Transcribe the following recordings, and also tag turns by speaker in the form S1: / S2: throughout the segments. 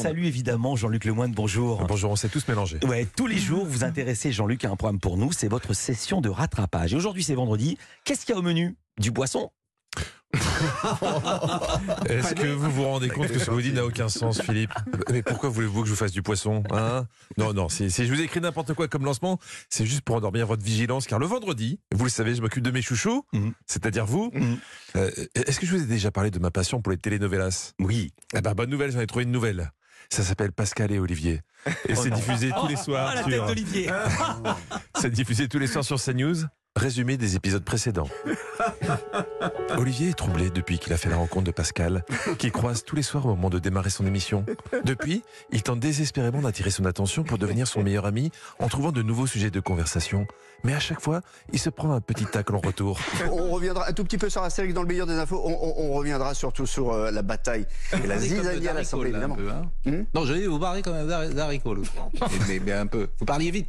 S1: Salut évidemment Jean-Luc Lemoine, bonjour.
S2: Ah, Bonjour, on s'est tous mélangés.
S1: Ouais, tous les jours vous intéressez Jean-Luc à un programme pour nous, c'est votre session de rattrapage. Et aujourd'hui c'est vendredi, qu'est-ce qu'il y a au menu Du poisson
S2: Est-ce que vous vous rendez compte que ce que vous dites n'a aucun sens, Philippe Mais pourquoi voulez-vous que je vous fasse du poisson hein Non, non, si, si je vous écris n'importe quoi comme lancement, c'est juste pour endormir votre vigilance, car le vendredi, vous le savez, je m'occupe de mes chouchous,
S1: Mhm.
S2: c'est-à-dire vous. Euh, Est-ce que je vous ai déjà parlé de ma passion pour les telenovelas
S1: Oui.
S2: Eh ben, bonne nouvelle, j'en ai trouvé une nouvelle. Ça s'appelle Pascal et Olivier. Et c'est diffusé tous les soirs.
S1: Ah la
S2: sur-
S1: tête d'Olivier
S2: C'est diffusé tous les soirs sur CNews. Résumé des épisodes précédents. Olivier est troublé depuis qu'il a fait la rencontre de Pascal, qu'il croise tous les soirs au moment de démarrer son émission. Depuis, il tente désespérément d'attirer son attention pour devenir son meilleur ami en trouvant de nouveaux sujets de conversation. Mais à chaque fois, il se prend un petit tacle en retour.
S3: On reviendra un tout petit peu sur Astérix dans le meilleur des infos. On, on- on reviendra surtout sur euh, la bataille et la
S4: Vous parlez comme
S3: zizanie à
S4: des haricots,
S3: l'Assemblée,
S4: là, un
S3: évidemment.
S4: peu, hein.
S3: Hmm
S4: non, je vais vous parler quand même d'hari- d'haricots, l'autre. mais, mais- mais un peu. Vous parliez vite.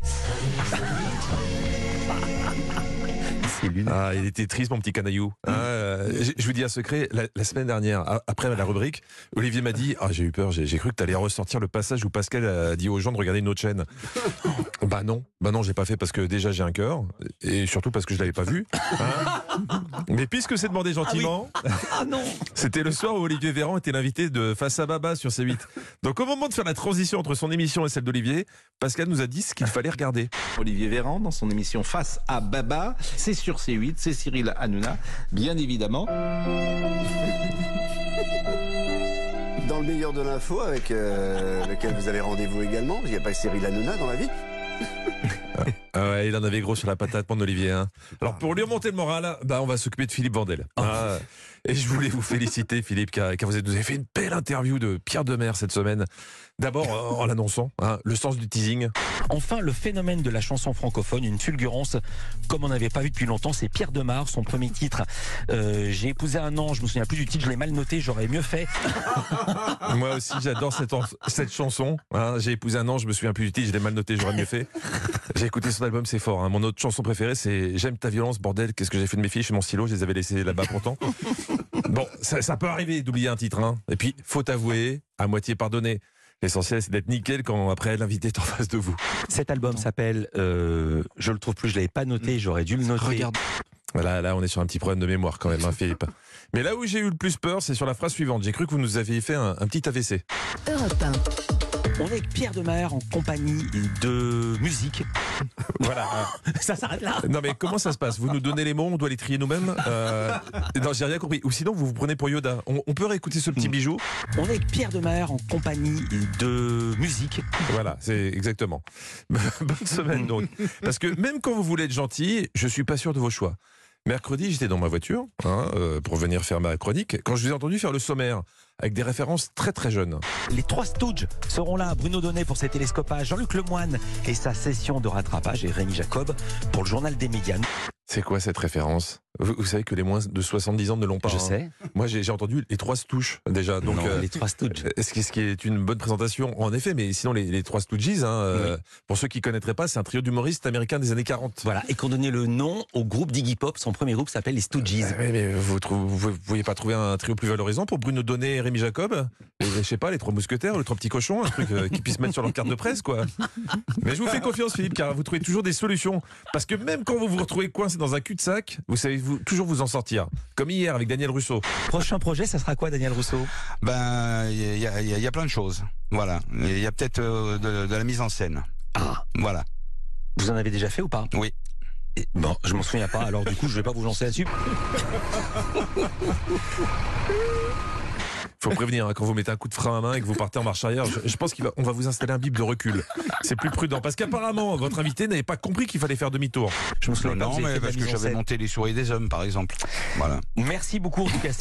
S2: Ah, il était triste, mon petit
S1: Mm.
S2: canaillou. Hein, euh, je- je vous dis un secret, la, la semaine dernière, a- après la rubrique, Olivier m'a dit Ah, j'ai eu peur, j'ai j'ai cru que t'allais ressortir le passage où Pascal a dit aux gens de regarder une autre chaîne. bah non, bah non, j'ai pas fait parce que déjà j'ai un cœur, et surtout parce que je l'avais pas vu. hein. Mais puisque c'est demandé gentiment,
S1: Ah non
S2: c'était le soir où Olivier Véran était l'invité de Face à Baba sur C8. Donc au moment de faire la transition entre son émission et celle d'Olivier, Pascal nous a dit ce qu'il fallait regarder.
S4: Olivier Véran, dans son émission Face à Baba, c'est sur C8, c'est Cyril Hanouna, bien évidemment.
S3: Dans le meilleur de l'info, avec euh, lequel vous avez rendez-vous également, parce qu'il n'y a pas Cyril Hanouna dans la vie.
S2: Ah ouais, il en avait gros sur la patate, mon Olivier. hein. Alors pour lui remonter le moral, bah, on va s'occuper de Philippe Vandel. Ah, et je voulais vous féliciter, Philippe, car, car vous êtes- nous avez fait une belle interview de Pierre Demer cette semaine. D'abord euh, en l'annonçant, hein, le sens du teasing.
S1: Enfin le phénomène de la chanson francophone, une fulgurance comme on n'avait pas vu depuis longtemps, c'est Pierre Demar, son premier titre. Euh, J'ai épousé un an, je me souviens plus du titre, je l'ai mal noté, j'aurais mieux fait.
S2: Moi aussi, j'adore cette, en- cette chanson. hein. J'ai épousé un an, je me souviens plus du titre, je l'ai mal noté, j'aurais mieux fait. J'ai écouté son album, c'est fort. hein. Mon autre chanson préférée, c'est J'aime ta violence, bordel, qu'est-ce que j'ai fait de mes fiches, mon stylo, je les avais laissés là-bas pourtant. Bon, ça, ça peut arriver d'oublier un titre. hein. Et puis, faut avouer, à moitié pardonner. L'essentiel, c'est d'être nickel quand après l'invité est en face de vous.
S1: Cet album s'appelle euh, Je le trouve plus, je l'avais pas noté, j'aurais dû le noter.
S2: Voilà, là, on est sur un petit problème de mémoire quand même, hein, Philippe. Mais là où j'ai eu le plus peur, c'est sur la phrase suivante. J'ai cru que vous nous aviez fait un, un petit AVC.
S5: Europe 1.
S1: On est avec Pierre Demar en compagnie de musique.
S2: Voilà.
S1: Ça s'arrête là.
S2: Non mais comment ça se passe Vous nous donnez les mots, on doit les trier nous-mêmes Euh, Non, j'ai rien compris. Ou sinon, vous vous prenez pour Yoda. On, on peut réécouter ce
S1: Hmm.
S2: petit bijou
S1: On est avec Pierre Demar en compagnie de musique.
S2: Voilà, c'est exactement. Bonne semaine donc. Parce que même quand vous voulez être gentil, je suis pas sûr de vos choix. Mercredi, j'étais dans ma voiture hein, euh, pour venir faire ma chronique. Quand je vous ai entendu faire le sommaire avec des références très très jeunes.
S1: Les trois Stooges seront là. Bruno Donnet pour ses télescopages, Jean-Luc Lemoine et sa session de rattrapage et Rémi Jacob pour le journal des médias.
S2: C'est quoi cette référence vous, vous savez que les moins de 70 ans ne l'ont pas.
S1: Je
S2: hein.
S1: sais.
S2: Moi, j'ai j'ai entendu les trois touches déjà. Donc
S1: Non,
S2: euh,
S1: les trois Stooges.
S2: Euh, Ce qui, ce qui est une bonne présentation, en effet, mais sinon les, les trois Stooges, hein, euh, pour ceux qui connaîtraient pas, c'est un trio d'humoristes américains des années 40.
S1: Voilà, et qu'on donnait le nom au groupe d'Iggy Pop. Son premier groupe s'appelle les Stooges.
S2: Euh, oui, mais vous ne pouviez pas trouver un trio plus valorisant pour Bruno Donnet et Rémi Jacob Et, Je sais pas, les trois mousquetaires, les trois petits cochons, un truc euh, qu'ils puissent mettre sur leur carte de presse, quoi. Mais je vous fais confiance, Philippe, car vous trouvez toujours des solutions. Parce que même quand vous vous retrouvez coincé dans un cul-de-sac, vous savez vous, toujours vous en sortir. Comme hier avec Daniel Russo.
S1: Prochain projet, ça sera quoi, Daniel Rousseau
S6: Ben, il y a, il y a- il y a plein de choses. Voilà. Il y a peut-être euh, de, de la mise en scène.
S1: Ah.
S6: Voilà.
S1: Vous en avez déjà fait ou pas
S6: Oui.
S1: Et- Bon, je m'en souviens pas, alors du coup, je vais pas vous lancer là-dessus.
S2: Faut prévenir, hein, quand vous mettez un coup de frein à main et que vous partez en marche arrière, je, je pense qu'on va, on va vous installer un bip de recul. C'est plus prudent. Parce qu'apparemment, votre invité n'avait pas compris qu'il fallait faire demi-tour.
S1: Je me souviens pas.
S6: non,
S1: vous avez fait de
S6: mais
S1: la
S6: parce que
S1: mise en
S6: j'avais
S1: scène.
S6: monté les souris des hommes, par exemple. Voilà.
S1: Merci beaucoup, en tout cas.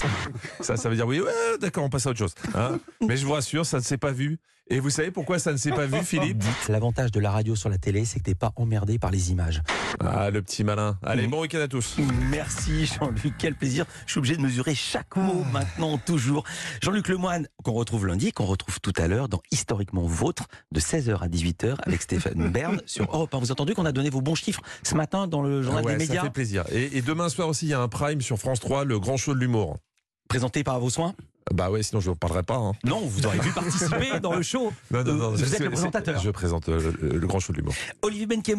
S2: Ça, ça veut dire oui, ouais, d'accord, on passe à autre chose. hein. Mais je vous rassure, ça ne s'est pas vu. Et vous savez pourquoi ça ne s'est pas vu, Philippe
S1: L'avantage de la radio sur la télé, c'est que t'es pas emmerdé par les images.
S2: Ah, le petit malin. Allez, bon week-end à tous.
S1: Merci Jean-Luc, quel plaisir. Je suis obligé de mesurer chaque mot
S2: Ah.
S1: maintenant, toujours. Jean-Luc Lemoine, qu'on retrouve lundi, qu'on retrouve tout à l'heure dans Historiquement Vôtre, de 16h à 18h avec Stéphane Bern sur Europe 1. Vous avez entendu qu'on a donné vos bons chiffres ce matin dans le journal
S2: Ah Ouais,
S1: des
S2: ça
S1: médias
S2: fait plaisir. Et, et demain soir aussi, il y a un prime sur France 3, le grand show de l'humour.
S1: Présenté par vos soins
S2: Bah ouais, sinon je vous parlerai pas. hein.
S1: Non, vous auriez pu participer dans le show.
S2: Non, non,
S1: Euh,
S2: non,
S1: vous
S2: je-
S1: êtes le
S2: c'est-
S1: présentateur.
S2: Je présente euh, le, le grand show de l'humour.
S1: Olivier Benkem.